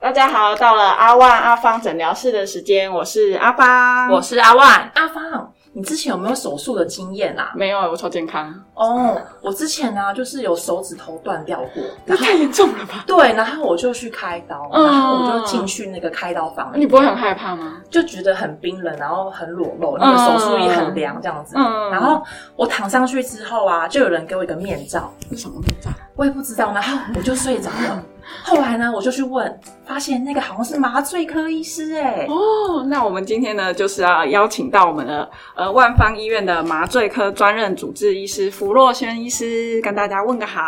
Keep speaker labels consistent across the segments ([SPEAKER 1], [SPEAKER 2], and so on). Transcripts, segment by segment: [SPEAKER 1] 大家好，到了阿万阿芳诊疗室的时间，我是阿芳，
[SPEAKER 2] 我是阿万阿芳。你之前有没有手术的经验啊？
[SPEAKER 1] 没有，我超健康，
[SPEAKER 2] 哦，我之前呢、就是有手指头断掉过，
[SPEAKER 1] 那 太严重了吧？
[SPEAKER 2] 对，然后我就去开刀，
[SPEAKER 1] 嗯
[SPEAKER 2] 然后我就进去那个开刀房里面，
[SPEAKER 1] 你不会很害怕吗？
[SPEAKER 2] 就觉得很冰冷，然后很裸露，那个手术也很凉这样子。
[SPEAKER 1] 嗯
[SPEAKER 2] 然后我躺上去之后啊，就有人给我一个面罩，
[SPEAKER 1] 为什么会这样？
[SPEAKER 2] 我也不知道，然后我就睡着 了。后来呢，我就去问，发现那个好像是麻醉科医师哎、
[SPEAKER 1] 哦，那我们今天呢，就是要邀请到我们的呃万方医院的麻醉科专任主治医师福若轩医师，跟大家问个好。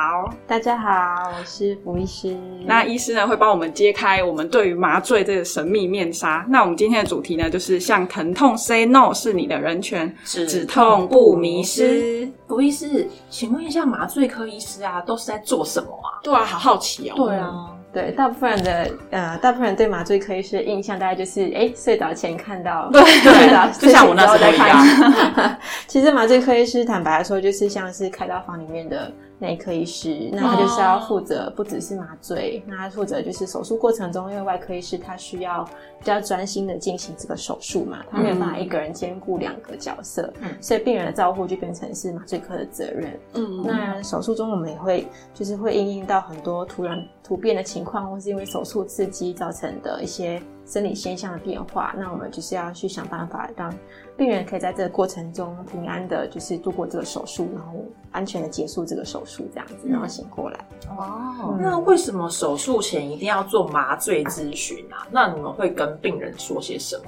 [SPEAKER 3] 大家好，我是冯医师。
[SPEAKER 1] 那医师呢会帮我们揭开我们对于麻醉这个神秘面纱。那我们今天的主题呢，就是向疼痛 say no 是你的人权，止痛不迷失。
[SPEAKER 2] 不医师，请问一下，麻醉科医师啊，都是在做什么啊？
[SPEAKER 1] 对啊，好好奇哦。
[SPEAKER 2] 对啊，
[SPEAKER 3] 对，大部分人的呃，大部分人对麻醉科医师的印象大概就是，哎，睡着前看到，
[SPEAKER 1] 对
[SPEAKER 2] 嗯
[SPEAKER 3] 睡
[SPEAKER 2] 啊
[SPEAKER 3] 着，
[SPEAKER 1] 就像我那时候
[SPEAKER 3] 睡醒之
[SPEAKER 1] 一
[SPEAKER 3] 后再看。其实麻醉科医师，坦白来说，就是像是开刀房里面的内科医师，那他就是要负责不只是麻醉，那他负责就是手术过程中，因为外科医师他需要比较专心的进行这个手术嘛，他没有办法一个人兼顾两个角色，
[SPEAKER 2] 嗯
[SPEAKER 3] 所以病人的照护就变成是麻醉科的责任。
[SPEAKER 1] 嗯，
[SPEAKER 3] 那手术中我们也会就是会应用到很多突然突变的情况，或是因为手术刺激造成的一些生理现象的变化。那我们就是要去想办法让病人可以在这个过程中平安的，就是度过这个手术，然后安全的结束这个手术，这样子，然后醒过来。
[SPEAKER 1] 哦，
[SPEAKER 2] 那为什么手术前一定要做麻醉咨询啊？那你们会跟病人说些什么？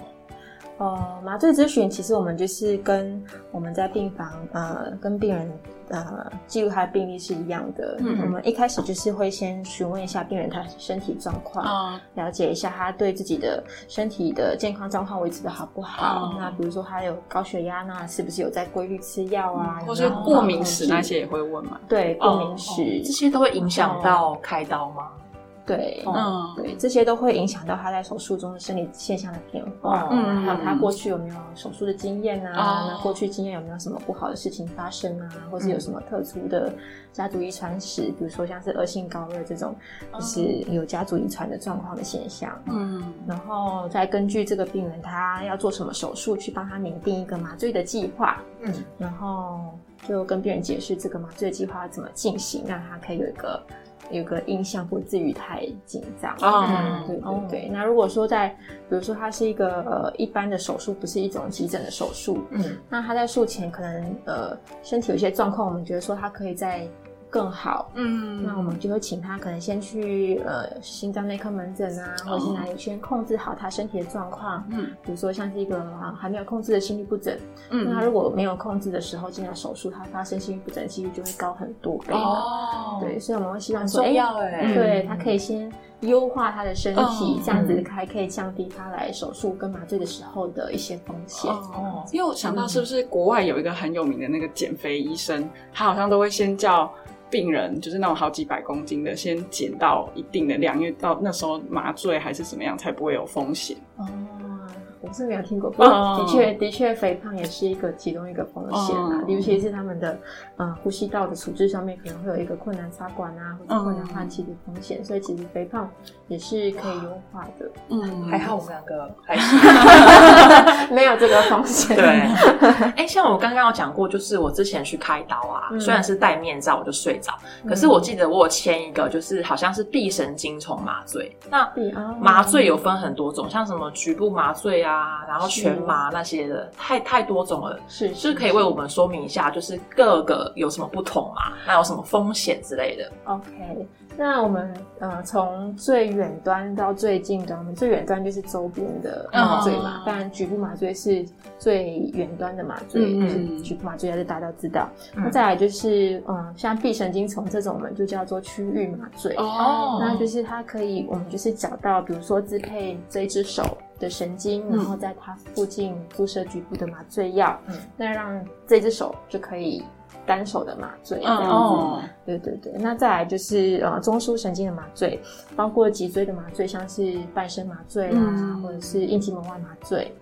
[SPEAKER 3] 呃，麻醉咨询其实我们就是跟我们在病房呃跟病人呃记录他的病历是一样的。
[SPEAKER 1] 嗯
[SPEAKER 3] 我们一开始就是会先询问一下病人他的身体状况，
[SPEAKER 1] 啊，
[SPEAKER 3] 了解一下他对自己的身体的健康状况维持的好不好。
[SPEAKER 1] 哦
[SPEAKER 3] 那比如说他有高血压，那是不是有在规律吃药啊？
[SPEAKER 1] 嗯或
[SPEAKER 3] 有没
[SPEAKER 1] 是
[SPEAKER 3] 有
[SPEAKER 1] 过敏史
[SPEAKER 3] 控制
[SPEAKER 1] 那？些也哦会问嘛。
[SPEAKER 3] 对，过敏史，
[SPEAKER 2] 这些都会影响到开刀吗？
[SPEAKER 3] 对。
[SPEAKER 2] 哦
[SPEAKER 1] 嗯
[SPEAKER 3] 对，这些都会影响到他在手术中的生理现象的变化，
[SPEAKER 2] 哦
[SPEAKER 1] 嗯
[SPEAKER 3] 还有他过去有没有手术的经验啊？
[SPEAKER 1] 哦
[SPEAKER 3] 那过去经验有没有什么不好的事情发生啊？或是有什么特殊的家族遗传史，比如说像是恶性高热这种，就是有家族遗传的状况的现象。
[SPEAKER 1] 嗯，
[SPEAKER 3] 然后再根据这个病人他要做什么手术，去帮他拟定一个麻醉的计划，
[SPEAKER 2] 嗯，
[SPEAKER 3] 然后就跟病人解释这个麻醉的计划要怎么进行，让他可以有一个有一个印象，不至于太紧张。
[SPEAKER 1] 哦
[SPEAKER 3] 对
[SPEAKER 2] 哦
[SPEAKER 3] 对对。那如果说在，比如说它是一个呃一般的手术，不是一种急诊的手术，
[SPEAKER 2] 嗯，
[SPEAKER 3] 那他在术前可能呃身体有一些状况，我们觉得说他可以再更好，
[SPEAKER 1] 嗯
[SPEAKER 3] 那我们就会请他可能先去呃心脏内科门诊啊，或者是哪里先控制好他身体的状况。
[SPEAKER 1] 哦嗯
[SPEAKER 3] 比如说像是一个啊还没有控制的心律不整，那他
[SPEAKER 1] 嗯，
[SPEAKER 3] 如果没有控制的时候进来手术，他发生心律不整的几率就会高很多倍。
[SPEAKER 2] 哦
[SPEAKER 3] 对，，所以我们会希望
[SPEAKER 2] 很
[SPEAKER 3] 说，
[SPEAKER 2] 重
[SPEAKER 3] 哎、
[SPEAKER 2] 要哎、
[SPEAKER 1] 嗯
[SPEAKER 3] 对他可以先优化他的身体，
[SPEAKER 1] 哦
[SPEAKER 3] 这样子
[SPEAKER 2] 嗯
[SPEAKER 3] 还可以降低他来手术跟麻醉的时候的一些风险。
[SPEAKER 2] 嗯
[SPEAKER 1] 哦，因为我想到是不是国外有一个很有名的那个减肥医生，他好像都会先叫病人，就是那种好几百公斤的，先减到一定的量，因为到那时候麻醉还是怎么样，才不会有风险。
[SPEAKER 3] 哦，我是没有听过，不过
[SPEAKER 1] 哦
[SPEAKER 3] 的确的确，肥胖也是一个其中一个风险啊
[SPEAKER 1] 哦，
[SPEAKER 3] 尤其是他们的呃呼吸道的处置上面可能会有一个困难插管啊，或者困难换气的风险，所以其实肥胖也是可以优化的，
[SPEAKER 1] 嗯
[SPEAKER 2] 还好我们两个还是
[SPEAKER 3] 没有这个风 险。
[SPEAKER 2] 对，哎、像我刚刚有讲过，就是我之前去开刀啊，
[SPEAKER 3] 嗯
[SPEAKER 2] 虽然是戴面罩我就睡着，
[SPEAKER 3] 嗯，
[SPEAKER 2] 可是我记得我有签一个，就是好像是臂神经丛麻醉。那
[SPEAKER 3] 必啊
[SPEAKER 2] 麻醉有分很多种，像什么局部麻醉啊，然后全麻那些的，太太多种了。
[SPEAKER 3] 是
[SPEAKER 2] 就是可以为我们说明一下，就是各个有什么不同嘛？那有什么风险之类的？
[SPEAKER 3] OK，那我们呃从最远端到最近端，我们最远端就是周边的麻醉嘛
[SPEAKER 1] 嗯，
[SPEAKER 3] 当然局部麻醉是最远端的麻醉，
[SPEAKER 1] 嗯
[SPEAKER 3] 就是局部麻醉，大家大家都知道。
[SPEAKER 2] 嗯
[SPEAKER 3] 那再来就是嗯、呃像臂神经丛这种，我们就叫做区域麻醉。
[SPEAKER 1] 哦，
[SPEAKER 3] 那就是它可以，我们就是找到，比如说支配这一只手的神经，
[SPEAKER 1] 嗯
[SPEAKER 3] 然后在它附近注射局部的麻醉药，
[SPEAKER 2] 嗯
[SPEAKER 3] 那让这只手就可以单手的麻醉。这样子
[SPEAKER 1] 哦，
[SPEAKER 3] 对对对，那再来就是呃中枢神经的麻醉，包括脊椎的麻醉，像是半身麻醉啦，
[SPEAKER 1] 嗯
[SPEAKER 3] 或者是硬筋膜外麻醉。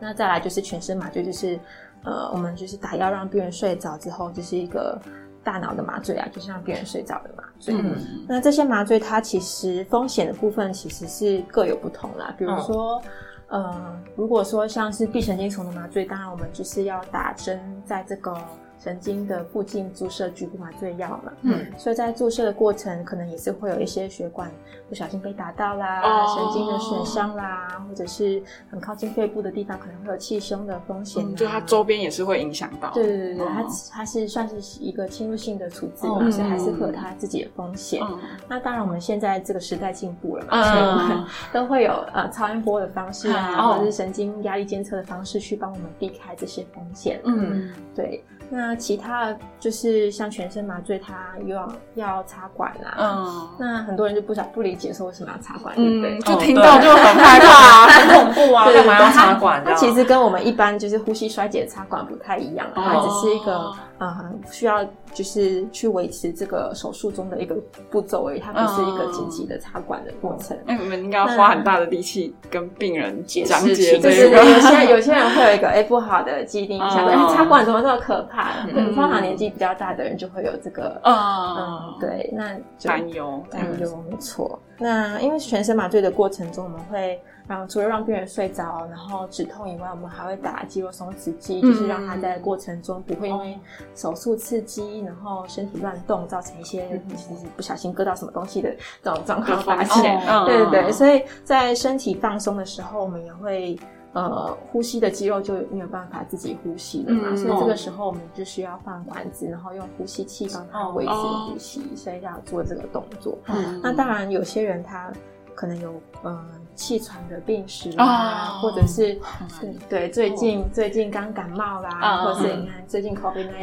[SPEAKER 3] 那再来就是全身麻醉，就是呃我们就是打药让病人睡着之后，就是一个大脑的麻醉啊，就是让病人睡着的麻醉。
[SPEAKER 1] 嗯
[SPEAKER 3] 那这些麻醉它其实风险的部分其实是各有不同啦，
[SPEAKER 1] 嗯
[SPEAKER 3] 比如说。呃，如果说像是臂神经丛的麻醉，当然我们就是要打针在这个神经的附近注射局部麻醉药嘛。
[SPEAKER 1] 嗯，
[SPEAKER 3] 所以在注射的过程，可能也是会有一些血管不小心被打到啦，
[SPEAKER 1] 哦
[SPEAKER 3] 神经的损伤啦，或者是很靠近肺部的地方可能会有气胸的风险、啊
[SPEAKER 1] 嗯就它周。边也是会影响到。
[SPEAKER 3] 对对对对，
[SPEAKER 1] 嗯
[SPEAKER 3] 它它是算是一个侵入性的处置嘛，
[SPEAKER 1] 嗯
[SPEAKER 3] 所以还是会有它自己的风险。
[SPEAKER 1] 嗯
[SPEAKER 3] 那当然，我们现在这个时代进步了嘛， 所以我们
[SPEAKER 1] 嗯，
[SPEAKER 3] 都会有呃超音波的方式啊，
[SPEAKER 1] 嗯
[SPEAKER 3] 或
[SPEAKER 2] 哦
[SPEAKER 3] 者是神经压力监测的方式去帮我们避开这些风险。
[SPEAKER 1] 嗯，
[SPEAKER 3] 对。那其他的就是像全身麻醉，它又要要插管啊，
[SPEAKER 1] 嗯
[SPEAKER 3] 那很多人就不想不理解说为什么要插管，对不对
[SPEAKER 1] 嗯，？就
[SPEAKER 2] 哦
[SPEAKER 1] 听
[SPEAKER 2] 对
[SPEAKER 1] 到就很害怕啊，
[SPEAKER 2] 很恐 怖啊，
[SPEAKER 3] 对
[SPEAKER 2] 干嘛要插管？
[SPEAKER 3] 它
[SPEAKER 2] 这
[SPEAKER 3] 其
[SPEAKER 2] 样
[SPEAKER 3] 实跟我们一般就是呼吸衰竭的插管不太一样，啊它只是一个
[SPEAKER 1] 哦
[SPEAKER 3] 呃需要就是去维持这个手术中的一个步骤而已，它不是一个紧急的插管的过程。
[SPEAKER 1] 那你们应该要花很大的力气跟病人讲解
[SPEAKER 2] 嗯解释
[SPEAKER 1] 这
[SPEAKER 3] 对
[SPEAKER 1] 一
[SPEAKER 2] 对
[SPEAKER 3] 对对，有
[SPEAKER 1] 个。
[SPEAKER 3] 些人有些人会有一个哎、不好的既定印象，
[SPEAKER 1] 哦
[SPEAKER 3] 哎、插管怎么这么可怕？
[SPEAKER 2] 嗯
[SPEAKER 3] 对，通常年纪比较大的人就会有这个
[SPEAKER 1] 嗯
[SPEAKER 3] 嗯，，对，那就
[SPEAKER 1] 担忧，
[SPEAKER 3] 担忧，没错。那因为全身麻醉的过程中，我们会让除了让病人睡着，然后止痛以外，我们还会打肌肉松弛剂，就是让他在过程中不会因为手术刺激，然后身体乱动，造成一些就是不小心割到什么东西的这种状况发
[SPEAKER 1] 风险。
[SPEAKER 3] 现
[SPEAKER 1] 嗯
[SPEAKER 3] 哦对对对，所以在身体放松的时候，我们也会呃呼吸的肌肉就没有办法自己呼吸了嘛，
[SPEAKER 1] 嗯
[SPEAKER 3] 所以这个时候我们就需要放管子，然后用呼吸器帮他维持呼吸，所以要做这个动作。
[SPEAKER 1] 哦嗯
[SPEAKER 3] 那当然，有些人他可能有嗯、呃气喘的病史啊，
[SPEAKER 1] 哦
[SPEAKER 3] 或者是对对最近、最近刚感冒啦，
[SPEAKER 1] 嗯
[SPEAKER 3] 或者是你看最近 COVID 那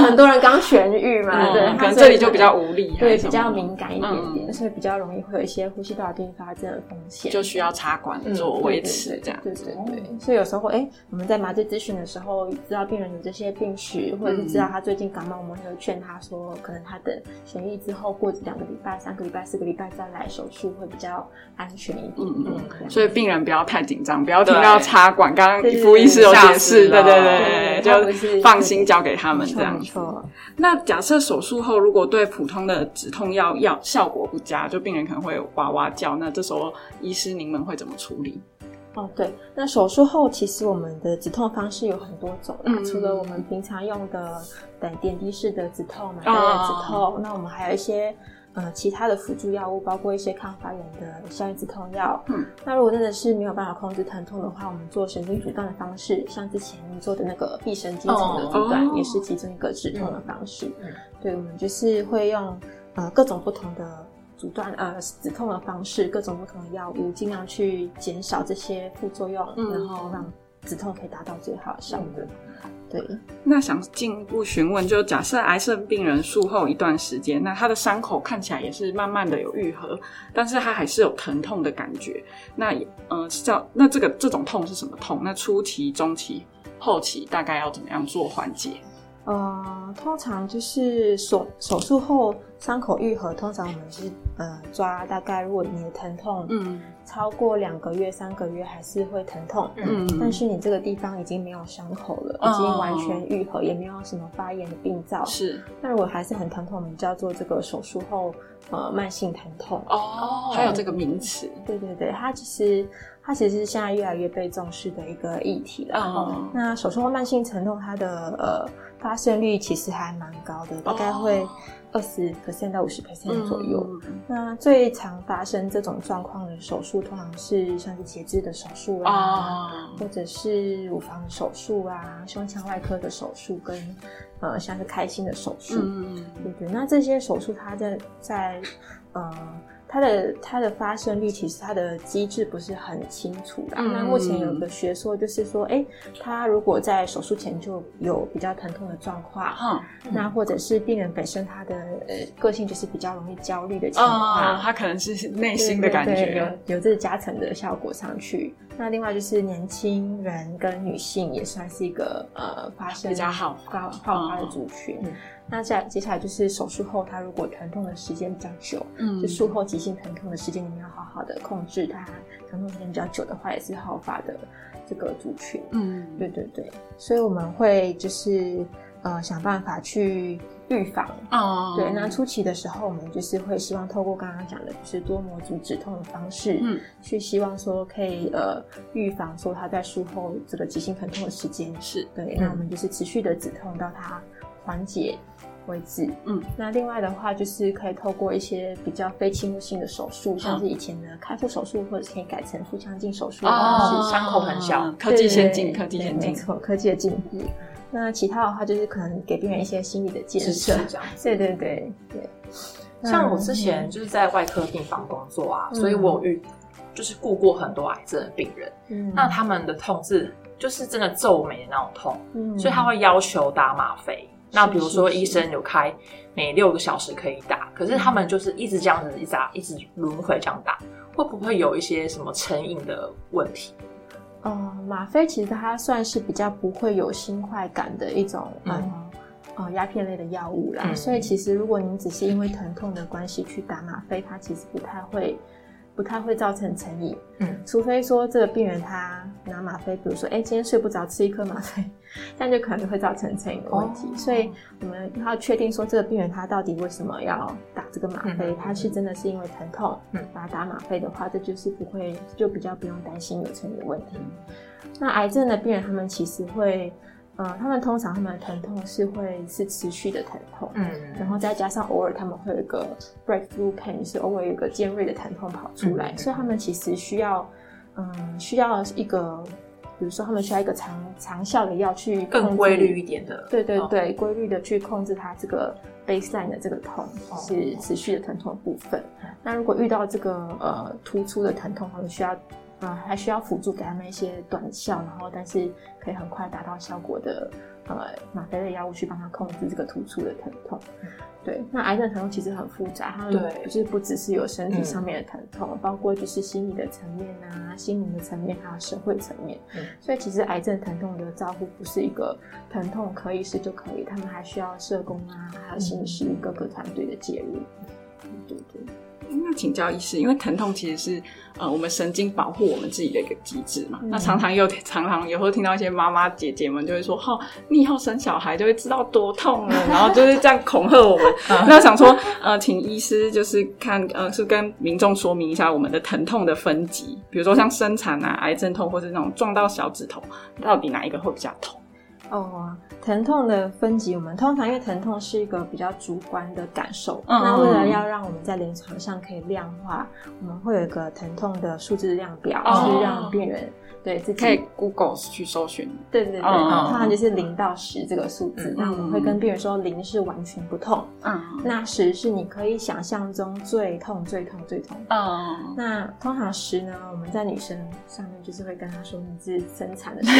[SPEAKER 1] 对
[SPEAKER 3] 很多人刚痊愈嘛，对，
[SPEAKER 1] 嗯可能
[SPEAKER 3] 所以
[SPEAKER 1] 这里就比较无力，还
[SPEAKER 3] 对
[SPEAKER 1] 是什
[SPEAKER 3] 比
[SPEAKER 1] 么
[SPEAKER 3] 较，敏感一点点，
[SPEAKER 1] 嗯
[SPEAKER 3] 所以比较容易会有一些呼吸道病发症的风险。
[SPEAKER 1] 就需要插管做维持这样。
[SPEAKER 3] 嗯对对对，对所以有时候，哎，我们在麻醉咨询的时候，知道病人有这些病史，或者是知道他最近感冒，我们会劝他说，可能他等痊愈之后，过两个礼拜、三个礼拜、四个礼拜再来手术会比较安全一点。
[SPEAKER 1] 嗯
[SPEAKER 3] 嗯
[SPEAKER 1] 嗯，所以病人不要太紧张，不要听
[SPEAKER 2] 对
[SPEAKER 1] 到插管，刚刚
[SPEAKER 3] 对对
[SPEAKER 1] 傅医师有解
[SPEAKER 2] 对
[SPEAKER 1] 释，
[SPEAKER 2] 吓
[SPEAKER 1] 对
[SPEAKER 2] 死
[SPEAKER 1] 对
[SPEAKER 2] 了
[SPEAKER 1] 对，
[SPEAKER 3] 对 他不是
[SPEAKER 1] 就放心交给他们这样
[SPEAKER 3] 没
[SPEAKER 1] 子。
[SPEAKER 3] 错，
[SPEAKER 1] 那假设手术后，如果对普通的止痛药药效果不佳，就病人可能会哇哇叫，那这时候医师您们会怎么处理？
[SPEAKER 3] 哦，对，那手术后其实我们的止痛方式有很多种啦，
[SPEAKER 1] 嗯
[SPEAKER 3] 除了我们平常用的点点滴式的止痛、麻
[SPEAKER 1] 哦
[SPEAKER 3] 醉的止痛，那我们还有一些呃其他的辅助药物，包括一些抗发炎的消炎止痛药。
[SPEAKER 1] 嗯，
[SPEAKER 3] 那如果真的是没有办法控制疼痛的话，我们做神经阻断的方式，像之前你做的那个臂神经丛的阻断，
[SPEAKER 1] 哦
[SPEAKER 3] 也是其中一个止痛的方式。
[SPEAKER 2] 嗯
[SPEAKER 3] 对，我们就是会用呃各种不同的阻断呃止痛的方式，各种不同的药物，尽量去减少这些副作用，
[SPEAKER 1] 嗯
[SPEAKER 3] 然后让止痛可以达到最好的效果。
[SPEAKER 1] 嗯
[SPEAKER 3] 对，
[SPEAKER 1] 那想进一步询问，就假设癌症病人术后一段时间，那他的伤口看起来也是慢慢的有愈合，但是他还是有疼痛的感觉。那也呃，叫那这个这种痛是什么痛？那初期、中期、后期大概要怎么样做缓解？
[SPEAKER 3] 呃，通常就是手手术后伤口愈合，通常我们是呃抓大概，如果你的疼痛
[SPEAKER 1] 嗯
[SPEAKER 3] 超过两个月、三个月还是会疼痛，
[SPEAKER 1] 嗯，
[SPEAKER 3] 但是你这个地方已经没有伤口了，
[SPEAKER 1] 哦
[SPEAKER 3] 已经完全愈合，也没有什么发炎的病灶，
[SPEAKER 1] 是
[SPEAKER 3] 那如果还是很疼痛，我们叫做这个手术后呃慢性疼痛。
[SPEAKER 1] 哦，还有这个名词，
[SPEAKER 3] 对对对，它其实它其实是现在越来越被重视的一个议题了。
[SPEAKER 1] 嗯
[SPEAKER 3] 那手术后慢性疼痛，它的呃发生率其实还蛮高的，大概会
[SPEAKER 1] 哦
[SPEAKER 3] 二十 percent 到五十 percent
[SPEAKER 1] 嗯
[SPEAKER 3] 左右。那最常发生这种状况的手术，通常是像是截肢的手术啊，
[SPEAKER 1] 哦，
[SPEAKER 3] 或者是乳房手术啊、胸腔外科的手术跟呃像是开心的手术。
[SPEAKER 1] 嗯
[SPEAKER 3] 对对，那这些手术它在在呃，它的它的发生率其实它的机制不是很清楚啦。
[SPEAKER 1] 嗯
[SPEAKER 3] 那目前有个学说就是说，哎，他如果在手术前就有比较疼痛的状况，
[SPEAKER 1] 哼
[SPEAKER 3] 那或者是病人本身他的呃个性就是比较容易焦虑的情
[SPEAKER 1] 啊，
[SPEAKER 3] 况，
[SPEAKER 1] 他可能是内
[SPEAKER 3] 对
[SPEAKER 1] 心的感
[SPEAKER 3] 对对
[SPEAKER 1] 觉，
[SPEAKER 3] 有有这加成的效果上去。那另外就是年轻人跟女性也算是一个呃发生
[SPEAKER 1] 比较好
[SPEAKER 3] 高好发的族群。
[SPEAKER 2] 嗯
[SPEAKER 3] 那接接下来就是手术后，他如果疼痛的时间比较久，
[SPEAKER 1] 嗯
[SPEAKER 3] 就术后急性疼痛的时间，你们要好好的控制它。疼痛时间比较久的话，也是好发的这个族群。
[SPEAKER 1] 嗯
[SPEAKER 3] 对对对，所以我们会就是呃想办法去预防。
[SPEAKER 1] 哦
[SPEAKER 3] 对，那初期的时候，我们就是会希望透过刚刚讲的，就是多模组止痛的方式，
[SPEAKER 1] 嗯
[SPEAKER 3] 去希望说可以呃预防说他在术后这个急性疼痛的时间
[SPEAKER 1] 是
[SPEAKER 3] 对，
[SPEAKER 2] 嗯
[SPEAKER 3] 那我们就是持续的止痛到它缓解为止。
[SPEAKER 1] 嗯，
[SPEAKER 3] 那另外的话就是可以透过一些比较非侵入性的手术，
[SPEAKER 1] 嗯
[SPEAKER 3] 像是以前的开腹手术，或者可以改成腹腔镜手术的方
[SPEAKER 2] 哦
[SPEAKER 3] 式。
[SPEAKER 2] 伤口很小
[SPEAKER 1] 科技先
[SPEAKER 3] 对
[SPEAKER 1] 进，科技先
[SPEAKER 3] 对
[SPEAKER 1] 进，
[SPEAKER 3] 没错，科技的进步。那其他的话就是可能给病人一些心理的建
[SPEAKER 2] 支持
[SPEAKER 3] 设。
[SPEAKER 2] 这样子。
[SPEAKER 3] 对对对对，
[SPEAKER 2] 像我
[SPEAKER 3] 嗯
[SPEAKER 2] 之前就是在外科病房工作啊，
[SPEAKER 3] 嗯
[SPEAKER 2] 所以我有遇就是顾过很多癌症的病人，
[SPEAKER 3] 嗯
[SPEAKER 2] 那他们的痛是就是真的皱眉的那种痛，
[SPEAKER 3] 嗯
[SPEAKER 2] 所以他会要求打吗啡。那比如说
[SPEAKER 3] 是是
[SPEAKER 2] 医生有开每六个小时可以打，可是他们就是一直这样子一直打，一直轮回这样打，会不会有一些什么成瘾的问题？
[SPEAKER 3] 呃，吗啡其实它算是比较不会有心快感的一种
[SPEAKER 2] 嗯
[SPEAKER 3] 呃呃鸦片类的药物啦，
[SPEAKER 2] 嗯
[SPEAKER 3] 所以其实如果您只是因为疼痛的关系去打吗啡，它其实不太会不太会造成成瘾，
[SPEAKER 2] 嗯，
[SPEAKER 3] 除非说这个病人他拿吗啡，比如说哎今天睡不着吃一颗吗啡，这样就可能会造成成瘾的问题，
[SPEAKER 2] 哦
[SPEAKER 3] 所以我们要确定说这个病人他到底为什么要打这个吗啡，
[SPEAKER 2] 嗯
[SPEAKER 3] 他是真的是因为疼痛，
[SPEAKER 2] 嗯
[SPEAKER 3] 把它打吗啡的话，这就是不会就比较不用担心有成瘾的问题。那癌症的病人，他们其实会，呃，他们通常他们的疼痛是会是持续的疼痛，然
[SPEAKER 2] 嗯，
[SPEAKER 3] 后再加上偶尔他们会有一个 breakthrough pain，是偶尔有一个尖锐的疼痛跑出来，
[SPEAKER 2] 嗯
[SPEAKER 3] 所以他们其实需要，嗯，需要一个，比如说他们需要一个长长效的药去控
[SPEAKER 2] 更
[SPEAKER 3] 制
[SPEAKER 2] 规律一点的，
[SPEAKER 3] 对对
[SPEAKER 2] 哦
[SPEAKER 3] 对，规律的去控制它这个 baseline 的这个痛，
[SPEAKER 2] 哦嗯
[SPEAKER 3] 是持续的疼痛的部分。那如果遇到这个呃突出的疼痛，他们需要呃还需要辅助给他们一些短效，然后但是可以很快达到效果的呃吗啡类药物去帮他控制这个突出的疼痛。对，那癌症疼痛其实很复杂，它
[SPEAKER 2] 嗯对
[SPEAKER 3] 就是不只是有身体
[SPEAKER 2] 嗯
[SPEAKER 3] 上面的疼痛，包括就是心理的层面啊、心灵的层面，还有社会层面。所以其实癌症疼痛的照顾不是一个疼痛科医师就可以，他们还需要社工啊，还有心理师各个团队的介入。
[SPEAKER 1] 嗯
[SPEAKER 3] 对对
[SPEAKER 1] 那请教医师，因为疼痛其实是呃我们神经保护我们自己的一个机制嘛。
[SPEAKER 3] 嗯
[SPEAKER 1] 那常常又常常有时候听到一些妈妈姐姐们就会说：“哦，你以后生小孩就会知道多痛了。”然后就是这样恐吓 我们。那想说，呃，请医师就是看呃是跟民众说明一下我们的疼痛的分级，比如说像生产啊、癌症痛，或是那种撞到小指头，到底哪一个会比较痛？
[SPEAKER 3] 哦，疼痛的分级，我们通常因为疼痛是一个比较主观的感受，
[SPEAKER 1] 嗯
[SPEAKER 3] 那为了要让我们在临床上可以量化，我们会有一个疼痛的数字量表，
[SPEAKER 1] 哦
[SPEAKER 3] 是让病人对自己
[SPEAKER 1] 可以 Google 去搜寻。
[SPEAKER 3] 对对对，
[SPEAKER 1] 嗯
[SPEAKER 3] 通常就是零到十这个数字
[SPEAKER 2] 嗯。
[SPEAKER 3] 那我们会跟病人说，零是完全不痛，
[SPEAKER 1] 嗯
[SPEAKER 3] 那十是你可以想象中最痛、最痛、最痛。
[SPEAKER 1] 嗯，
[SPEAKER 3] 那通常十呢，我们在女生上面就是会跟她说你是生产的时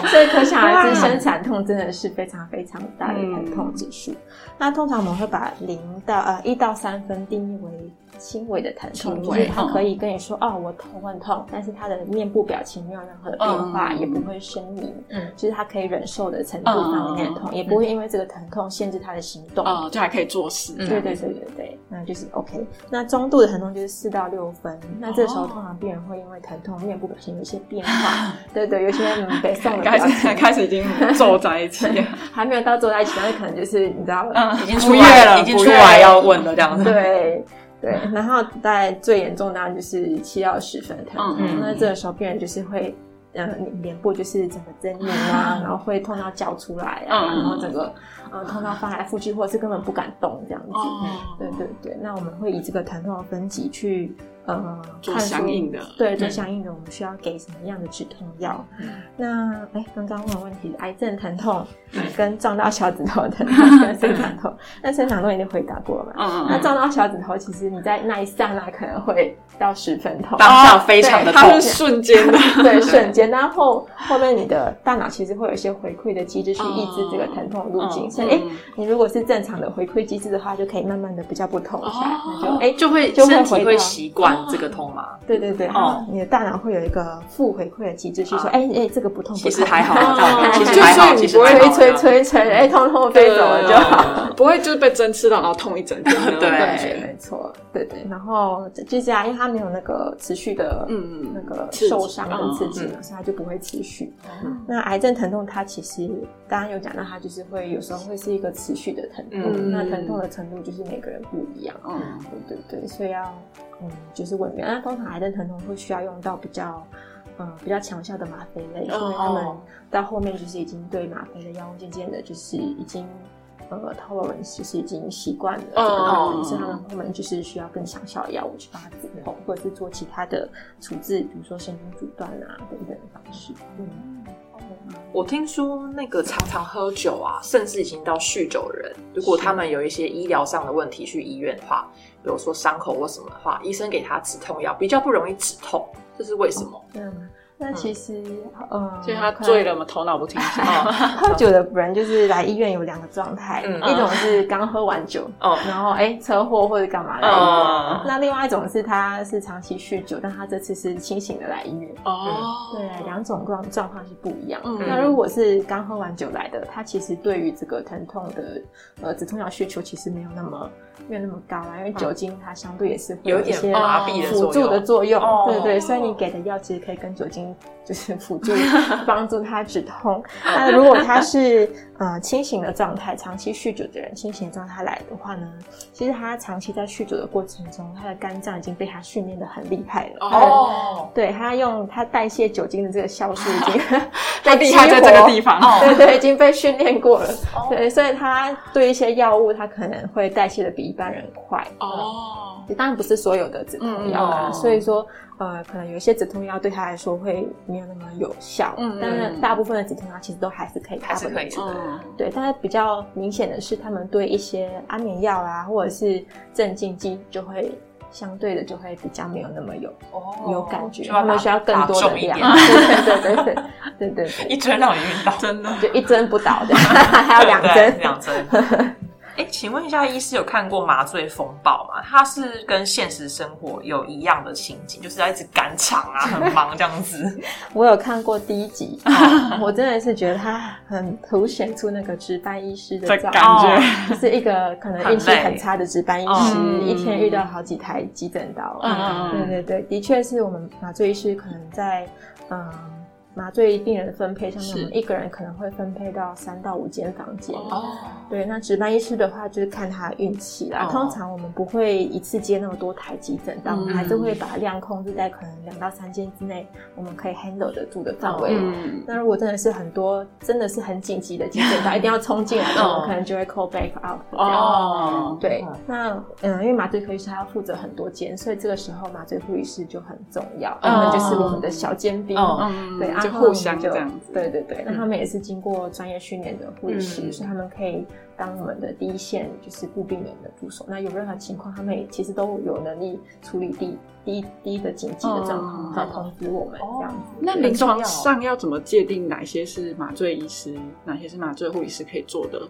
[SPEAKER 3] 候，所以可想而知，生产痛真的是非常非常大的疼痛指数。
[SPEAKER 1] 嗯
[SPEAKER 3] 那通常我们会把零到呃一到三分定义为轻微的疼痛，
[SPEAKER 1] 轻
[SPEAKER 3] 就
[SPEAKER 1] 微嗯
[SPEAKER 3] 是她可以跟你说哦我头很痛，但是她的面部表情没有任何的变化，
[SPEAKER 1] 嗯
[SPEAKER 3] 也不会呻吟，
[SPEAKER 2] 嗯
[SPEAKER 3] 就是她可以忍受的程度范
[SPEAKER 1] 嗯
[SPEAKER 3] 围内的痛，也不会因为这个疼痛限制她的行动。
[SPEAKER 1] 哦、就还可以做事。
[SPEAKER 2] 嗯
[SPEAKER 3] 对对对对对，那就是 OK。那中度的疼痛就是四到六分，那这时候
[SPEAKER 1] 哦
[SPEAKER 3] 通常病人会因为疼痛面部表情有一些变 化，对对，尤其是你北宋的
[SPEAKER 1] 哦
[SPEAKER 3] 表
[SPEAKER 1] 开始
[SPEAKER 3] 情，
[SPEAKER 1] 开始已经皱在一起了。
[SPEAKER 3] 还没有到坐在一起，但是可能就是你知道，
[SPEAKER 1] 嗯
[SPEAKER 2] 已经出来了，已经出来要问了这样子，
[SPEAKER 3] 对对。然后大概最严重当然就是七到十分的疼痛，
[SPEAKER 1] 嗯
[SPEAKER 2] 嗯
[SPEAKER 3] 那这个时候病人就是会。呃，脸部就是整个狰狞 啊，然后会痛到叫出来啊，
[SPEAKER 1] 嗯
[SPEAKER 3] 然后整个呃痛到翻来覆
[SPEAKER 1] 哦嗯
[SPEAKER 3] 去，或者是根本不敢动这样子。对对对，那我们会以这个疼痛的分级去呃
[SPEAKER 1] 做
[SPEAKER 3] 看
[SPEAKER 1] 相
[SPEAKER 3] 出
[SPEAKER 1] 应的
[SPEAKER 3] 对，做
[SPEAKER 2] 嗯
[SPEAKER 3] 相应的我们需要给什么样的止痛药。
[SPEAKER 2] 嗯
[SPEAKER 3] 那哎，刚刚问的问题，癌症疼痛
[SPEAKER 1] 对
[SPEAKER 3] 跟撞到小指头的 疼痛跟生长 痛，那生长痛已经回答过了嘛？
[SPEAKER 1] 嗯
[SPEAKER 3] 那撞到小指头，其实你在那一刹那可能会到十分痛，
[SPEAKER 2] 当下非常的
[SPEAKER 1] 它
[SPEAKER 2] 痛，
[SPEAKER 1] 是瞬间 的，
[SPEAKER 3] 对，瞬间。但后后面你的大脑其实会有一些回馈的机制去抑制这个疼痛路径，
[SPEAKER 2] 嗯
[SPEAKER 3] 所以哎、诶
[SPEAKER 1] 哦嗯
[SPEAKER 3] 你如果是正常的回馈机制的话，就可以慢慢的比较不痛一下，那就
[SPEAKER 1] 哦
[SPEAKER 3] 哎、诶
[SPEAKER 2] 就会
[SPEAKER 3] 就会
[SPEAKER 2] 身体
[SPEAKER 3] 回
[SPEAKER 2] 会
[SPEAKER 3] 到
[SPEAKER 2] 习惯这个痛吗？
[SPEAKER 3] 对对对，
[SPEAKER 2] 哦
[SPEAKER 3] 你的大脑会有一个负回馈的机制，去说
[SPEAKER 2] 啊
[SPEAKER 3] 哎哎、诶这个不痛
[SPEAKER 2] 其
[SPEAKER 3] 不痛，啊
[SPEAKER 2] 实还好，啊
[SPEAKER 1] 哦
[SPEAKER 2] 这样其实
[SPEAKER 1] 就
[SPEAKER 2] 还好，
[SPEAKER 1] 是
[SPEAKER 2] 其
[SPEAKER 1] 你
[SPEAKER 2] 实
[SPEAKER 1] 不会
[SPEAKER 2] 还
[SPEAKER 3] 吹
[SPEAKER 2] 好。
[SPEAKER 3] 吹吹吹，哎、通通飞走了就好。
[SPEAKER 1] 好，不会就是被针刺到，然后痛一整天的那种
[SPEAKER 2] 对
[SPEAKER 1] 感
[SPEAKER 3] 对，
[SPEAKER 1] 觉。
[SPEAKER 3] 没错，对对。然后就这样，因为它没有那个持续的，
[SPEAKER 1] 嗯
[SPEAKER 3] 那个
[SPEAKER 1] 刺激
[SPEAKER 3] 受伤跟刺激
[SPEAKER 2] 嗯
[SPEAKER 3] 嘛，所以它就不会持续。
[SPEAKER 2] 嗯
[SPEAKER 3] 那癌症疼痛，它其实刚刚有讲到，它就是会有时候会是一个持续的疼痛，
[SPEAKER 2] 嗯
[SPEAKER 3] 那疼痛的程度就是每个人不一样。
[SPEAKER 1] 嗯，
[SPEAKER 3] 对对对，所以要嗯，就是稳定。那通常癌症疼痛会需要用到比较。嗯，比较强效的吗啡类，因为他们
[SPEAKER 2] 哦
[SPEAKER 3] 到后面就是已经对吗啡的药物渐渐的，就是已经呃 tolerance 就是已经习惯了这个药
[SPEAKER 1] 哦
[SPEAKER 3] 物，所以他们后面就是需要更强效的药物去帮他止痛，或者是做其他
[SPEAKER 1] 嗯
[SPEAKER 3] 的处置，比如说神经阻断啊等等的方式。嗯，
[SPEAKER 2] 我听说那个常常喝酒啊，甚至已经到酗酒的人，如果他们有一些医疗上的问题去医院的话，比如说伤口或什么的话，医生给他止痛药比较不容易止痛，这是为什么？
[SPEAKER 3] 这样吗？那其实，呃，
[SPEAKER 1] 嗯所以他
[SPEAKER 3] 可能
[SPEAKER 1] 醉了嘛，头脑不清醒。
[SPEAKER 2] 哦
[SPEAKER 3] 喝酒的人就是来医院有两个状态，
[SPEAKER 2] 嗯
[SPEAKER 3] 一种是刚喝完酒，
[SPEAKER 2] 哦
[SPEAKER 3] 然后哎、车祸或者干嘛
[SPEAKER 1] 嗯
[SPEAKER 3] 来医院，
[SPEAKER 2] 哦，
[SPEAKER 3] 那另外一种是他是长期酗酒，但他这次是清醒的来医院。
[SPEAKER 1] 哦，
[SPEAKER 3] 对，两种状状况是不一样的。
[SPEAKER 1] 嗯
[SPEAKER 3] 那如果是刚喝完酒来的，他其实对于这个疼痛的呃止痛药需求其实没有那么没有那么高啊，因为酒精它相对也是会
[SPEAKER 2] 嗯有一
[SPEAKER 3] 一
[SPEAKER 2] 点
[SPEAKER 3] 些
[SPEAKER 2] 麻痹的
[SPEAKER 3] 辅
[SPEAKER 2] 作
[SPEAKER 3] 助的
[SPEAKER 2] 用。
[SPEAKER 3] 作用，
[SPEAKER 2] 哦
[SPEAKER 3] 对对，所以你给的药其实可以跟酒精就是 辅 助帮助他止
[SPEAKER 2] 哦
[SPEAKER 3] 痛。那如果他是呃清醒的状态，长期酗酒的人，清醒的状态来的话呢，其实他长期在酗酒的过程中，他的肝脏已经被他训练的很厉害了。他的
[SPEAKER 2] 哦
[SPEAKER 3] 对他用他代谢酒精的这个酵素 已经
[SPEAKER 1] 他
[SPEAKER 3] 被
[SPEAKER 1] 厉害在这个地
[SPEAKER 3] 方，
[SPEAKER 1] 方。
[SPEAKER 2] 哦
[SPEAKER 3] 对对，已经被训练过了。
[SPEAKER 2] 哦
[SPEAKER 3] 对，所以他对一些药物，他可能会代谢的比一般人快。
[SPEAKER 1] 哦，
[SPEAKER 3] 当然不是所有的止痛药
[SPEAKER 2] 嗯
[SPEAKER 3] 啦，
[SPEAKER 2] 哦
[SPEAKER 3] 所以说呃，可能有一些止痛药对他来说会没有那么有效，
[SPEAKER 1] 嗯嗯
[SPEAKER 3] 但是大部分的止痛药其实都还是可以，
[SPEAKER 2] 还是可以。
[SPEAKER 1] 嗯，
[SPEAKER 3] 对，但是比较明显的是，他们对一些安眠药啊，或者是镇静剂就会。相对的就会比较没有那么有、
[SPEAKER 2] 哦
[SPEAKER 3] 有感觉，
[SPEAKER 2] 就
[SPEAKER 3] 他
[SPEAKER 2] 要
[SPEAKER 3] 们需要更
[SPEAKER 2] 打
[SPEAKER 3] 多的
[SPEAKER 2] 重一
[SPEAKER 3] 量，
[SPEAKER 2] 点，
[SPEAKER 3] 对对对对对对对
[SPEAKER 2] 一针让你晕 倒，
[SPEAKER 1] 真的。
[SPEAKER 3] 对，就一针不 倒的，还有两针
[SPEAKER 2] 对，两针。 哎，请问一下，医师有看过《麻醉风暴》吗？它是跟现实生活有一样的情景，就是要一直赶场啊，很忙这样子。
[SPEAKER 3] 我有看过第 一集，哦我真的是觉得他很凸显出那个值班医师的
[SPEAKER 1] 的
[SPEAKER 3] 照
[SPEAKER 1] 感
[SPEAKER 2] 觉
[SPEAKER 3] 就是一个可能运气
[SPEAKER 2] 很累
[SPEAKER 3] 很差的值班医师，
[SPEAKER 1] 嗯
[SPEAKER 3] 一天遇到好几台急诊刀。
[SPEAKER 1] 嗯嗯
[SPEAKER 3] 对
[SPEAKER 1] 嗯
[SPEAKER 3] 对对，的确是我们麻醉医师可能在嗯麻醉病人的分配上面，
[SPEAKER 1] 是
[SPEAKER 3] 我们一个人可能会分配到三到五间房间。
[SPEAKER 2] 哦，
[SPEAKER 3] 对，那值班医师的话就是看他运气啦。
[SPEAKER 2] 哦
[SPEAKER 3] 通常我们不会一次接那么多台急诊，但我
[SPEAKER 1] 嗯
[SPEAKER 3] 们还是会把量控制在可能两到三间之内，我们可以 handle 得住的范围。
[SPEAKER 1] 嗯，
[SPEAKER 3] 那如果真的是很多，真的是很紧急的急 诊，他一定要冲进来，那我
[SPEAKER 2] 哦
[SPEAKER 3] 们可能就会 call back out
[SPEAKER 1] 嗯
[SPEAKER 3] 这样。
[SPEAKER 1] 哦，
[SPEAKER 3] 对
[SPEAKER 2] 嗯，
[SPEAKER 3] 那嗯，因为麻醉科医师他要负责很多间，所以这个时候麻醉护理师就很重要，
[SPEAKER 1] 哦
[SPEAKER 3] 他们就是我们的小尖兵。
[SPEAKER 2] 哦
[SPEAKER 1] 嗯，
[SPEAKER 3] 对，
[SPEAKER 1] 就
[SPEAKER 3] 然后
[SPEAKER 1] 互相
[SPEAKER 3] 我们
[SPEAKER 1] 这样子。
[SPEAKER 3] 对对对，那他们也是经过专业训练的护理师，
[SPEAKER 2] 嗯
[SPEAKER 3] 所以他们可以当我们的第一线就是顾病人的助手。那有任何情况，他们也其实都有能力处理第第一第一的紧急的状
[SPEAKER 1] 哦
[SPEAKER 3] 况，再通知我们这样子。
[SPEAKER 1] 那
[SPEAKER 3] 对
[SPEAKER 1] 临床上要怎么界定哪些是麻醉医师，哪些是麻醉护理师可以做的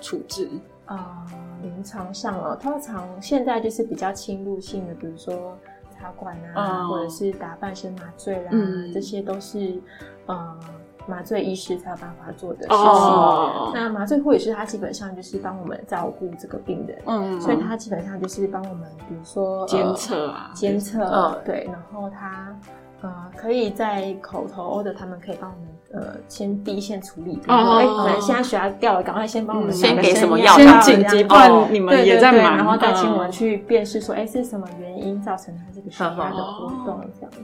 [SPEAKER 1] 处置？
[SPEAKER 3] 啊，临床上哦，通常现在就是比较侵入性的，比如说插管啊，
[SPEAKER 1] 嗯
[SPEAKER 3] 或者是打半身麻醉啦，
[SPEAKER 1] 嗯
[SPEAKER 3] 这些都是呃麻醉医师才有办法做的事情。
[SPEAKER 1] 哦
[SPEAKER 3] 那麻醉护理师他基本上就是帮我们照顾这个病人，
[SPEAKER 1] 嗯，
[SPEAKER 3] 所以他基本上就是帮我们，比如说呃
[SPEAKER 1] 监测啊，
[SPEAKER 3] 监测，
[SPEAKER 2] 嗯
[SPEAKER 3] 对，然后他呃可以在口头 order，他们可以帮我们呃先第一线处理，比如说
[SPEAKER 1] 哦
[SPEAKER 3] 哎、可能现在血压掉了，赶快先帮我们
[SPEAKER 1] 嗯
[SPEAKER 3] 打个
[SPEAKER 2] 先给
[SPEAKER 3] 针
[SPEAKER 2] 什么
[SPEAKER 3] 压
[SPEAKER 2] 药
[SPEAKER 3] 这样
[SPEAKER 1] 先
[SPEAKER 2] 先
[SPEAKER 1] 紧急，
[SPEAKER 3] 这样哦
[SPEAKER 1] 不然你们也在
[SPEAKER 3] 对对对
[SPEAKER 1] 忙，
[SPEAKER 3] 然后再请我
[SPEAKER 1] 嗯
[SPEAKER 3] 们去辨识说，哎、是什么原因造成他这个血压的波动这
[SPEAKER 1] 嗯
[SPEAKER 3] 样子。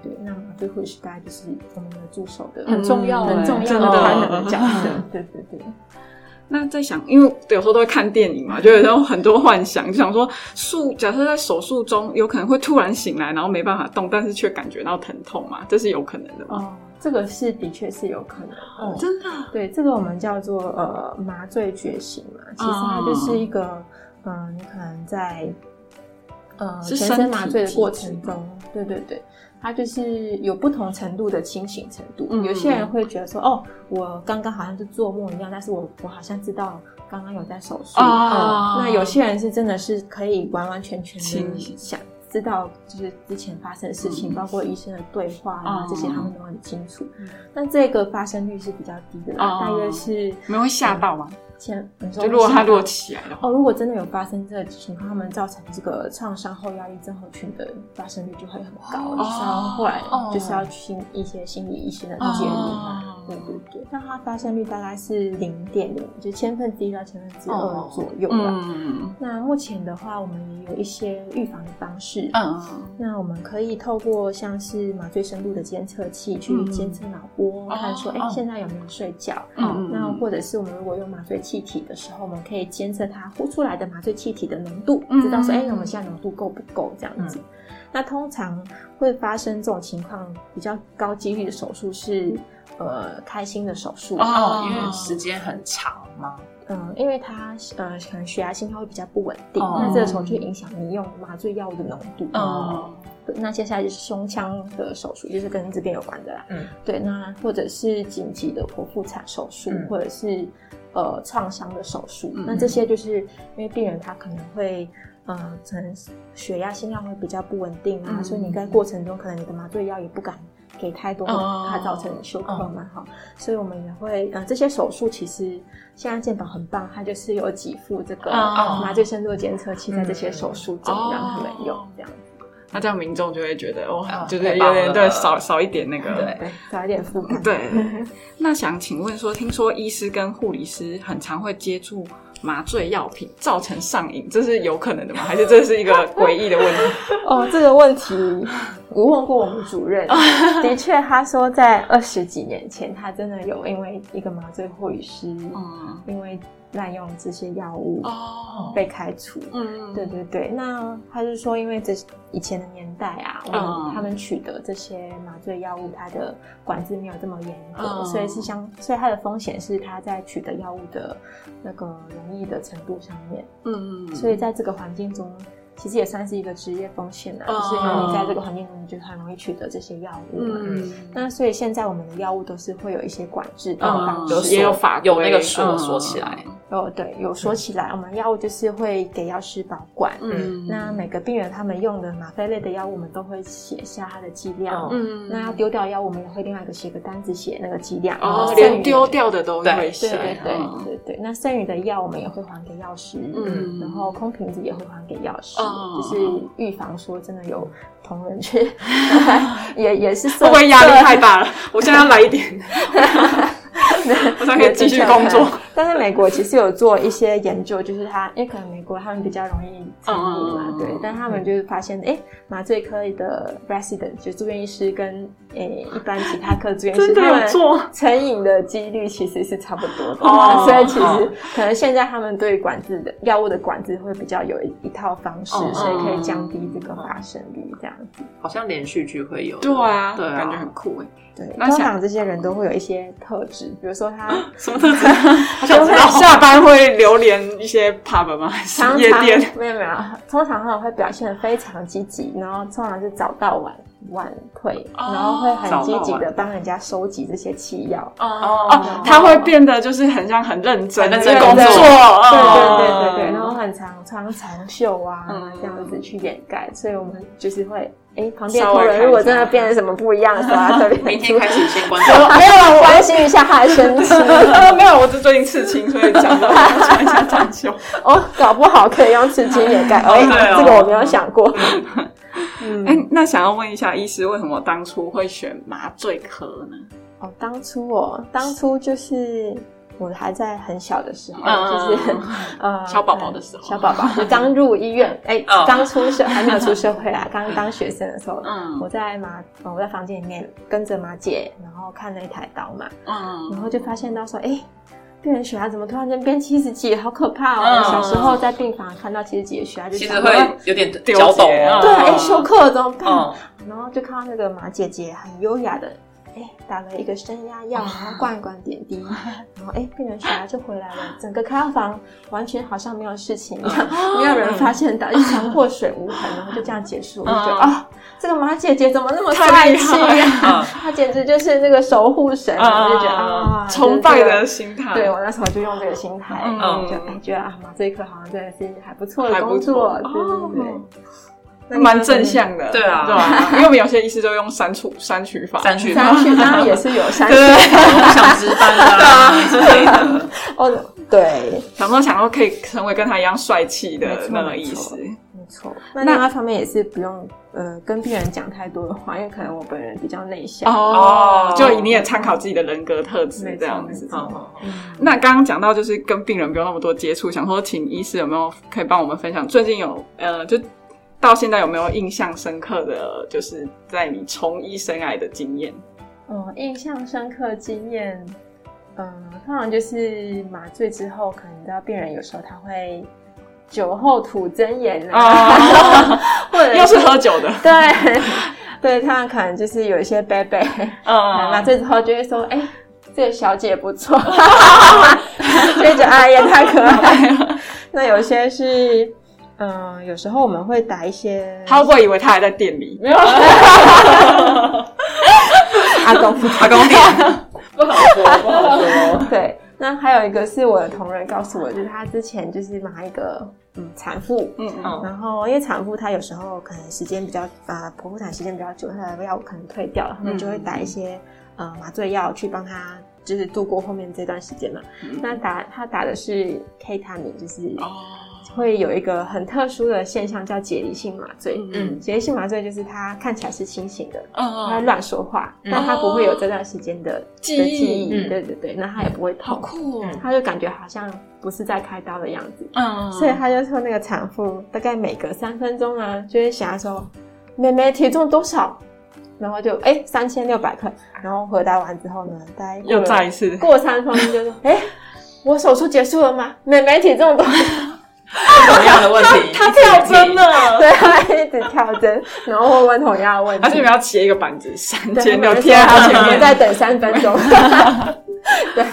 [SPEAKER 3] 对，那麻醉护士大概就是我们的助手的
[SPEAKER 1] 很重要
[SPEAKER 3] 很
[SPEAKER 1] 欸
[SPEAKER 3] 重
[SPEAKER 1] 真
[SPEAKER 3] 要
[SPEAKER 1] 的嗯
[SPEAKER 3] 的专能的角色。对对对，
[SPEAKER 1] 那在想，因为有时候都会看电影嘛，就有时候很多幻想，就想说术假设在手术中有可能会突然醒来，然后没办法动，但是却感觉到疼痛嘛，这是有可能的吗？
[SPEAKER 3] 哦，这个是的确是有可能的。
[SPEAKER 2] 哦
[SPEAKER 1] 真的啊，
[SPEAKER 3] 对，这个我们叫做呃麻醉觉醒嘛，其实它
[SPEAKER 1] 哦
[SPEAKER 3] 就是一个，嗯、你可能在呃
[SPEAKER 1] 是
[SPEAKER 3] 全
[SPEAKER 1] 身
[SPEAKER 3] 身
[SPEAKER 1] 体
[SPEAKER 3] 麻醉的过程
[SPEAKER 1] 机制
[SPEAKER 3] 中，对对对，它就是有不同程度的清醒程度。
[SPEAKER 1] 嗯
[SPEAKER 3] 有些人会觉得说，哦，我刚刚好像是做梦一样，但是我我好像知道刚刚有在手术。
[SPEAKER 1] 啊
[SPEAKER 3] 嗯那有些人是真的是可以完完全全
[SPEAKER 1] 清
[SPEAKER 3] 的
[SPEAKER 1] 醒
[SPEAKER 3] 想。知道就是之前发生的事情，
[SPEAKER 1] 嗯
[SPEAKER 3] 包括医生的对话啊，
[SPEAKER 1] 哦
[SPEAKER 3] 这些他们都很清楚。
[SPEAKER 1] 嗯
[SPEAKER 3] 那这个发生率是比较低的啦，
[SPEAKER 1] 哦
[SPEAKER 3] 大约是
[SPEAKER 1] 你们会吓到吗？
[SPEAKER 3] 前，你
[SPEAKER 1] 就
[SPEAKER 3] 说
[SPEAKER 1] 啊如果他
[SPEAKER 3] 下
[SPEAKER 1] 如果起来的话，
[SPEAKER 3] 哦，如果真的有发生这个情况，他们造成这个创伤后压力症候群的发生率就会很
[SPEAKER 2] 哦
[SPEAKER 3] 高，就是要后来
[SPEAKER 2] 哦
[SPEAKER 3] 就是要去一些心理医生的
[SPEAKER 1] 哦
[SPEAKER 3] 介入嘛，对对对。那它发生率大概是零点零，就千分之一到千分之
[SPEAKER 2] 哦
[SPEAKER 3] 二左右吧。
[SPEAKER 1] 嗯
[SPEAKER 3] 那目前的话，我们也有一些预防的方式，
[SPEAKER 1] 嗯
[SPEAKER 3] 那我们可以透过像是麻醉深度的监测器去
[SPEAKER 1] 嗯
[SPEAKER 3] 监测脑波，看说哎、
[SPEAKER 1] 哦
[SPEAKER 3] 现在有没有睡觉。
[SPEAKER 1] 嗯
[SPEAKER 3] 那或者是我们如果用麻醉气体的时候，我们可以监测它呼出来的麻醉气体的浓度，
[SPEAKER 1] 嗯
[SPEAKER 3] 知道说哎、我们现在浓度够不够这样子。那通常会发生这种情况比较高几率的手术是呃开心的手术，
[SPEAKER 1] 哦
[SPEAKER 2] 因为时间很长嘛，
[SPEAKER 3] 嗯，因为它呃可能血压信号会比较不稳定，
[SPEAKER 2] 哦
[SPEAKER 3] 那这个时候就会影响你用麻醉药物的浓度。
[SPEAKER 1] 嗯
[SPEAKER 3] 对那接下来就是胸腔的手术，就是跟这边有关的啦。
[SPEAKER 2] 嗯，
[SPEAKER 3] 对，那或者是紧急的剖腹产手术，
[SPEAKER 2] 嗯
[SPEAKER 3] 或者是呃创伤的手术。
[SPEAKER 1] 嗯
[SPEAKER 3] 那这些就是因为病人他可能会。呃，可能血压、心跳会比较不稳定啊，
[SPEAKER 1] 嗯
[SPEAKER 3] 所以你在过程中可能你的麻醉药也不敢给太多，
[SPEAKER 1] 哦
[SPEAKER 3] 怕造成休克
[SPEAKER 1] 嗯
[SPEAKER 3] 嘛，哈、所以我们也会，呃，这些手术其实现在健保很棒，它就是有几副这个、啊
[SPEAKER 1] 哦
[SPEAKER 3] 麻醉深度监测器在这些
[SPEAKER 2] 嗯
[SPEAKER 3] 手术中、
[SPEAKER 1] 哦
[SPEAKER 3] 让他们用，这样
[SPEAKER 1] 那这样民众就会觉得哦
[SPEAKER 2] 啊，
[SPEAKER 1] 就是
[SPEAKER 2] 太
[SPEAKER 1] 有
[SPEAKER 2] 棒
[SPEAKER 1] 点
[SPEAKER 2] 了
[SPEAKER 1] 对少少一点那个。
[SPEAKER 2] 对
[SPEAKER 3] 对，少一点负担。
[SPEAKER 1] 对，那想请问说，听说医师跟护理师很常会接触麻醉药品，造成上瘾，这是有可能的 吗？还是这是一个诡异的问题？
[SPEAKER 3] 哦，这个问题我问过我们主任， 的确，他说在二十几年前，他真的有因为一个麻醉护理师，
[SPEAKER 1] 嗯，
[SPEAKER 3] 因为滥用这些药物
[SPEAKER 1] 哦，
[SPEAKER 3] 被开除。
[SPEAKER 1] 嗯，
[SPEAKER 3] 对对对，那他是说，因为这以前的年代啊，我
[SPEAKER 1] 嗯
[SPEAKER 3] 们他们取得这些麻醉药物，它的管制没有这么严格，
[SPEAKER 1] 嗯
[SPEAKER 3] 所以是相，所以它的风险是它在取得药物的那个容易的程度上面，
[SPEAKER 1] 嗯，
[SPEAKER 3] 所以在这个环境中，其实也算是一个职业风险啊，
[SPEAKER 1] 嗯
[SPEAKER 3] 就是因为你在这个环境中，你就很容易取得这些药物嘛。
[SPEAKER 1] 嗯，
[SPEAKER 3] 那所以现在我们的药物都是会有一些管制的
[SPEAKER 1] 嗯
[SPEAKER 3] 方式，
[SPEAKER 2] 有
[SPEAKER 1] 也有
[SPEAKER 2] 锁
[SPEAKER 1] 法
[SPEAKER 2] 有
[SPEAKER 1] 规
[SPEAKER 2] 那个锁
[SPEAKER 1] 嗯
[SPEAKER 2] 锁起来，
[SPEAKER 3] 有对有说起来，我们药物就是会给药师保管，
[SPEAKER 1] 嗯，
[SPEAKER 3] 那每个病人他们用的吗啡类的药物，我们都会写下它的剂量。
[SPEAKER 2] 嗯
[SPEAKER 1] 嗯，
[SPEAKER 3] 那要丢掉药物，我们也会另外一个写个单子写那个剂量。然
[SPEAKER 1] 哦
[SPEAKER 3] 后，剩余
[SPEAKER 1] 连
[SPEAKER 3] 的
[SPEAKER 1] 丢。掉的都会
[SPEAKER 2] 对
[SPEAKER 3] 对
[SPEAKER 1] 写，
[SPEAKER 3] 对对
[SPEAKER 1] 嗯
[SPEAKER 3] 对对，那剩余的药我们也会还给药师，
[SPEAKER 1] 嗯
[SPEAKER 3] 然后空瓶子也会还给药师，
[SPEAKER 1] 哦
[SPEAKER 3] 就是预防说真的有同人去， 也也是
[SPEAKER 1] 哦会
[SPEAKER 3] 社
[SPEAKER 1] 不会压力太大 了？我现在要来一点，我才可以继续工作。
[SPEAKER 3] 但是美国其实有做一些研究，就是他，因为可能美国他们比较容易成瘾嘛
[SPEAKER 1] 嗯嗯，嗯
[SPEAKER 3] 对，但他们就是发现，哎、麻醉科的 resident 就住院医师跟诶、一般其他科住院医师
[SPEAKER 1] 真的
[SPEAKER 3] 他
[SPEAKER 1] 有
[SPEAKER 3] 们
[SPEAKER 1] 做
[SPEAKER 3] 成瘾的几率其实是差不多的，
[SPEAKER 1] 哦
[SPEAKER 3] 所以其
[SPEAKER 2] 哦
[SPEAKER 3] 实可能现在他们对管制的药物的管制会比较有一一套方式，
[SPEAKER 2] 嗯嗯
[SPEAKER 3] 所以可以降低这个发生率，这样子。
[SPEAKER 2] 好像连续剧会有，
[SPEAKER 1] 对啊，
[SPEAKER 2] 对啊，
[SPEAKER 1] 感觉很酷哎，
[SPEAKER 3] 对，
[SPEAKER 2] 嗯
[SPEAKER 1] 那
[SPEAKER 3] 通
[SPEAKER 1] 想
[SPEAKER 3] 常这些人都会有一些特质，比如 说他。
[SPEAKER 1] 什么特质？我
[SPEAKER 3] 想知道
[SPEAKER 1] 下班会流连一些 pub 吗？还是
[SPEAKER 3] 常常
[SPEAKER 1] 夜店？
[SPEAKER 3] 没有没有，通常他们会表现的非常积极，然后通常是早到晚晚退，
[SPEAKER 1] 哦
[SPEAKER 3] 然后会很积
[SPEAKER 2] 早
[SPEAKER 3] 极
[SPEAKER 2] 到
[SPEAKER 3] 的
[SPEAKER 2] 晚
[SPEAKER 3] 帮人家收集这些弃药。
[SPEAKER 1] 哦
[SPEAKER 2] 哦
[SPEAKER 1] 他会变得就是很像很认真
[SPEAKER 2] 很认
[SPEAKER 1] 在
[SPEAKER 2] 真
[SPEAKER 1] 工作，
[SPEAKER 3] 工作对对
[SPEAKER 1] 对
[SPEAKER 3] 对对对，然后很常穿长袖啊
[SPEAKER 1] 哦嗯
[SPEAKER 3] 这样子去掩盖，所以我们就是会。哎，旁边
[SPEAKER 1] 稍
[SPEAKER 3] 的
[SPEAKER 1] 微
[SPEAKER 3] 客
[SPEAKER 1] 看一
[SPEAKER 3] 人
[SPEAKER 1] 下
[SPEAKER 3] 如果真的变成什么不一样的时候， 他特别
[SPEAKER 2] 明天开始先关注。
[SPEAKER 3] 没有啊我关心一下他的身体，
[SPEAKER 1] 呃， 没有，我是最近刺青，所以讲到穿一下短袖。
[SPEAKER 3] 哦，搞不好可以用刺青 掩盖。哎
[SPEAKER 1] 对哦，
[SPEAKER 3] 这个我没有 想过。 嗯
[SPEAKER 1] 哎、那想要问一下医师，为什么当初会选麻醉科呢？
[SPEAKER 3] 哦，当初哦，当初就是我还在很小的时候，
[SPEAKER 1] 嗯
[SPEAKER 3] 就是呃
[SPEAKER 1] 小宝宝的时候哦
[SPEAKER 3] 小宝宝就刚入医院，哎、
[SPEAKER 2] 嗯
[SPEAKER 3] 刚出社还没有出社会啦， 刚当学生的时候，
[SPEAKER 1] 嗯
[SPEAKER 3] 我在马、呃我在房间里面跟着马姐，然后看了一台刀嘛，
[SPEAKER 1] 嗯
[SPEAKER 3] 然后就发现到说，哎、病人血压怎么突然间变七十几，好可怕哦！
[SPEAKER 2] 嗯
[SPEAKER 3] 小时候在病房看到七十几的血压就
[SPEAKER 2] 其
[SPEAKER 3] 想
[SPEAKER 2] 实
[SPEAKER 3] 说
[SPEAKER 2] 会有点
[SPEAKER 1] 丢
[SPEAKER 2] 搅动
[SPEAKER 1] 结
[SPEAKER 2] 哦
[SPEAKER 1] 啊。
[SPEAKER 3] 对，哎、休克怎么办？
[SPEAKER 1] 哦
[SPEAKER 2] 嗯，
[SPEAKER 3] 然后就看到那个马姐姐很优雅的，哎，打了一个升压 药，然后灌一灌点滴，然后哎，病人血压就回来了，整个开药房完全好像没有事情一样，
[SPEAKER 1] 哦
[SPEAKER 3] 没有人发现打一场破水无痕，然后就这样结束，我就觉得
[SPEAKER 1] 嗯
[SPEAKER 3] 啊、这个马姐姐怎么那么
[SPEAKER 1] 太
[SPEAKER 3] 帅
[SPEAKER 1] 厉
[SPEAKER 3] 气
[SPEAKER 1] 害
[SPEAKER 3] 啊
[SPEAKER 2] 了！
[SPEAKER 3] 她简直就是那个守护神，
[SPEAKER 1] 嗯
[SPEAKER 3] 我 就觉得
[SPEAKER 1] 哦
[SPEAKER 3] 啊，
[SPEAKER 1] 崇拜
[SPEAKER 3] 就是这
[SPEAKER 1] 的
[SPEAKER 3] 个。
[SPEAKER 1] 心态，
[SPEAKER 3] 对我那时候就用这个心态，
[SPEAKER 1] 嗯
[SPEAKER 3] 嗯、就哎觉得啊，马这一科好像真的是还不错的
[SPEAKER 1] 还
[SPEAKER 3] 工
[SPEAKER 1] 不
[SPEAKER 3] 作
[SPEAKER 1] 错，
[SPEAKER 3] 对对对
[SPEAKER 1] 哦，
[SPEAKER 3] 那你
[SPEAKER 1] 蛮
[SPEAKER 3] 呢
[SPEAKER 1] 正向的，
[SPEAKER 2] 对啊
[SPEAKER 1] 对吧？因为我们有些医师就用删除删除法，
[SPEAKER 2] 三去
[SPEAKER 3] 三
[SPEAKER 2] 吧，
[SPEAKER 3] 训当然 也是有三训，
[SPEAKER 2] 想值班啊啦
[SPEAKER 1] 啊
[SPEAKER 2] 之类的。
[SPEAKER 3] 哦，对，
[SPEAKER 1] 想说想说可以成为跟他一样帅气
[SPEAKER 3] 没
[SPEAKER 1] 的
[SPEAKER 3] 错
[SPEAKER 1] 那个医师，
[SPEAKER 3] 没错。那另外一方面也是不用呃跟病人讲太多的话，因为可能我本人比较内向。
[SPEAKER 1] 哦
[SPEAKER 2] 哦，
[SPEAKER 1] 就你也参考自己的人格特质这样子
[SPEAKER 3] 没。
[SPEAKER 2] 嗯
[SPEAKER 3] 错
[SPEAKER 1] 嗯
[SPEAKER 2] 嗯嗯
[SPEAKER 3] 嗯
[SPEAKER 1] 那刚刚讲到就是跟病人不用那么多接触，想说请医师有没有可以帮我们分享最近有呃就。到现在有没有印象深刻的，就是在你从医生涯的经 验？
[SPEAKER 3] 嗯，印象深刻经验，嗯，通常就是麻醉之后，可能你知道病人有时候他会酒后吐真言啊，
[SPEAKER 1] 哦
[SPEAKER 3] 或者
[SPEAKER 1] 又是喝酒 的，
[SPEAKER 3] 对 对，他们可能就是有一些贝贝，
[SPEAKER 1] 嗯，
[SPEAKER 3] 麻醉之后就会说，哎、这个小姐不错， 就会觉得哎呀太可爱了。那有些是，嗯、有时候我们会打一些
[SPEAKER 1] 他会不会以为他还在店里？
[SPEAKER 3] 没有阿公不
[SPEAKER 2] 阿公店，
[SPEAKER 1] 不好说，不好 说。
[SPEAKER 3] 对，那还有一个是我的同仁告诉我，就是他之前就是拿一个嗯产妇，
[SPEAKER 1] 嗯嗯，
[SPEAKER 3] 然后因为产妇她有时候可能时间比较啊，剖腹产时间比较久，她的药物可能退掉了，他们就会打一些、
[SPEAKER 1] 嗯
[SPEAKER 3] 呃麻醉药去帮她就是度过后面这段时间嘛。
[SPEAKER 1] 嗯
[SPEAKER 3] 那打她打的是 K 他米，就是
[SPEAKER 1] 哦，
[SPEAKER 3] 会有一个很特殊的现象叫解离性麻醉。
[SPEAKER 1] 嗯
[SPEAKER 3] 解离性麻醉就是她看起来是清醒的，她会
[SPEAKER 1] 嗯，
[SPEAKER 3] 乱说话，
[SPEAKER 2] 嗯
[SPEAKER 3] 但她不会有这段时间的
[SPEAKER 1] 记
[SPEAKER 3] 的
[SPEAKER 1] 忆
[SPEAKER 2] 嗯
[SPEAKER 3] 对对对，那她也不会
[SPEAKER 1] 好
[SPEAKER 3] 痛，
[SPEAKER 1] 酷哦，
[SPEAKER 3] 她就感觉好像不是在开刀的样子。
[SPEAKER 1] 嗯，
[SPEAKER 3] 所以他就说那个产妇大概每隔三分钟啊，就会想要说，妹妹体重多少？然后就哎三千六百克，然后回答完之后呢，大概 过
[SPEAKER 1] 又
[SPEAKER 3] 了
[SPEAKER 1] 再一次，
[SPEAKER 3] 过三分钟就说，哎，我手术结束了吗？妹妹体重多少？
[SPEAKER 2] 同样的问题，
[SPEAKER 1] 他跳针了，
[SPEAKER 3] 对，他一直跳针，然后会问同样的问
[SPEAKER 1] 而且
[SPEAKER 3] 题
[SPEAKER 1] 你们。要写一个板子，三
[SPEAKER 3] 对
[SPEAKER 1] 千六
[SPEAKER 3] 每次
[SPEAKER 1] 贴在
[SPEAKER 3] 他
[SPEAKER 1] 他
[SPEAKER 3] 前
[SPEAKER 1] 前
[SPEAKER 3] 面
[SPEAKER 1] 面，
[SPEAKER 3] 再等三分 钟，对，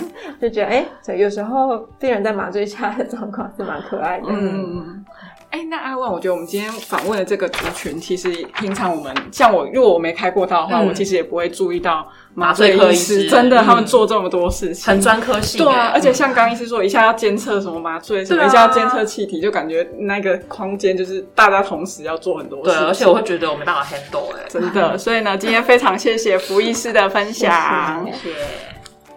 [SPEAKER 3] 就觉得哎，所以有时候病人在麻醉下的状况是蛮可爱的。
[SPEAKER 1] 嗯。哎、那阿万，我觉得我们今天访问的这个族群，其实平常我们像我，如果我没开过刀的话，
[SPEAKER 2] 嗯
[SPEAKER 1] 我其实也不会注意到麻
[SPEAKER 2] 麻醉
[SPEAKER 1] 医
[SPEAKER 2] 科医师
[SPEAKER 1] 真的、
[SPEAKER 2] 嗯
[SPEAKER 1] 他们做这么多事情，
[SPEAKER 2] 很专科性欸，
[SPEAKER 1] 对啊，而且像刚医师说，一下要监测什么麻醉什么，
[SPEAKER 2] 对啊
[SPEAKER 1] 一下要监测气体，就感觉那个空间就是大家同时要做很多事
[SPEAKER 2] 对，
[SPEAKER 1] 情。
[SPEAKER 2] 而且我 会觉得我没办法 handle 哎，
[SPEAKER 1] 真的，所以呢，今天非常谢谢福医师的分享
[SPEAKER 3] 谢，
[SPEAKER 2] 谢谢。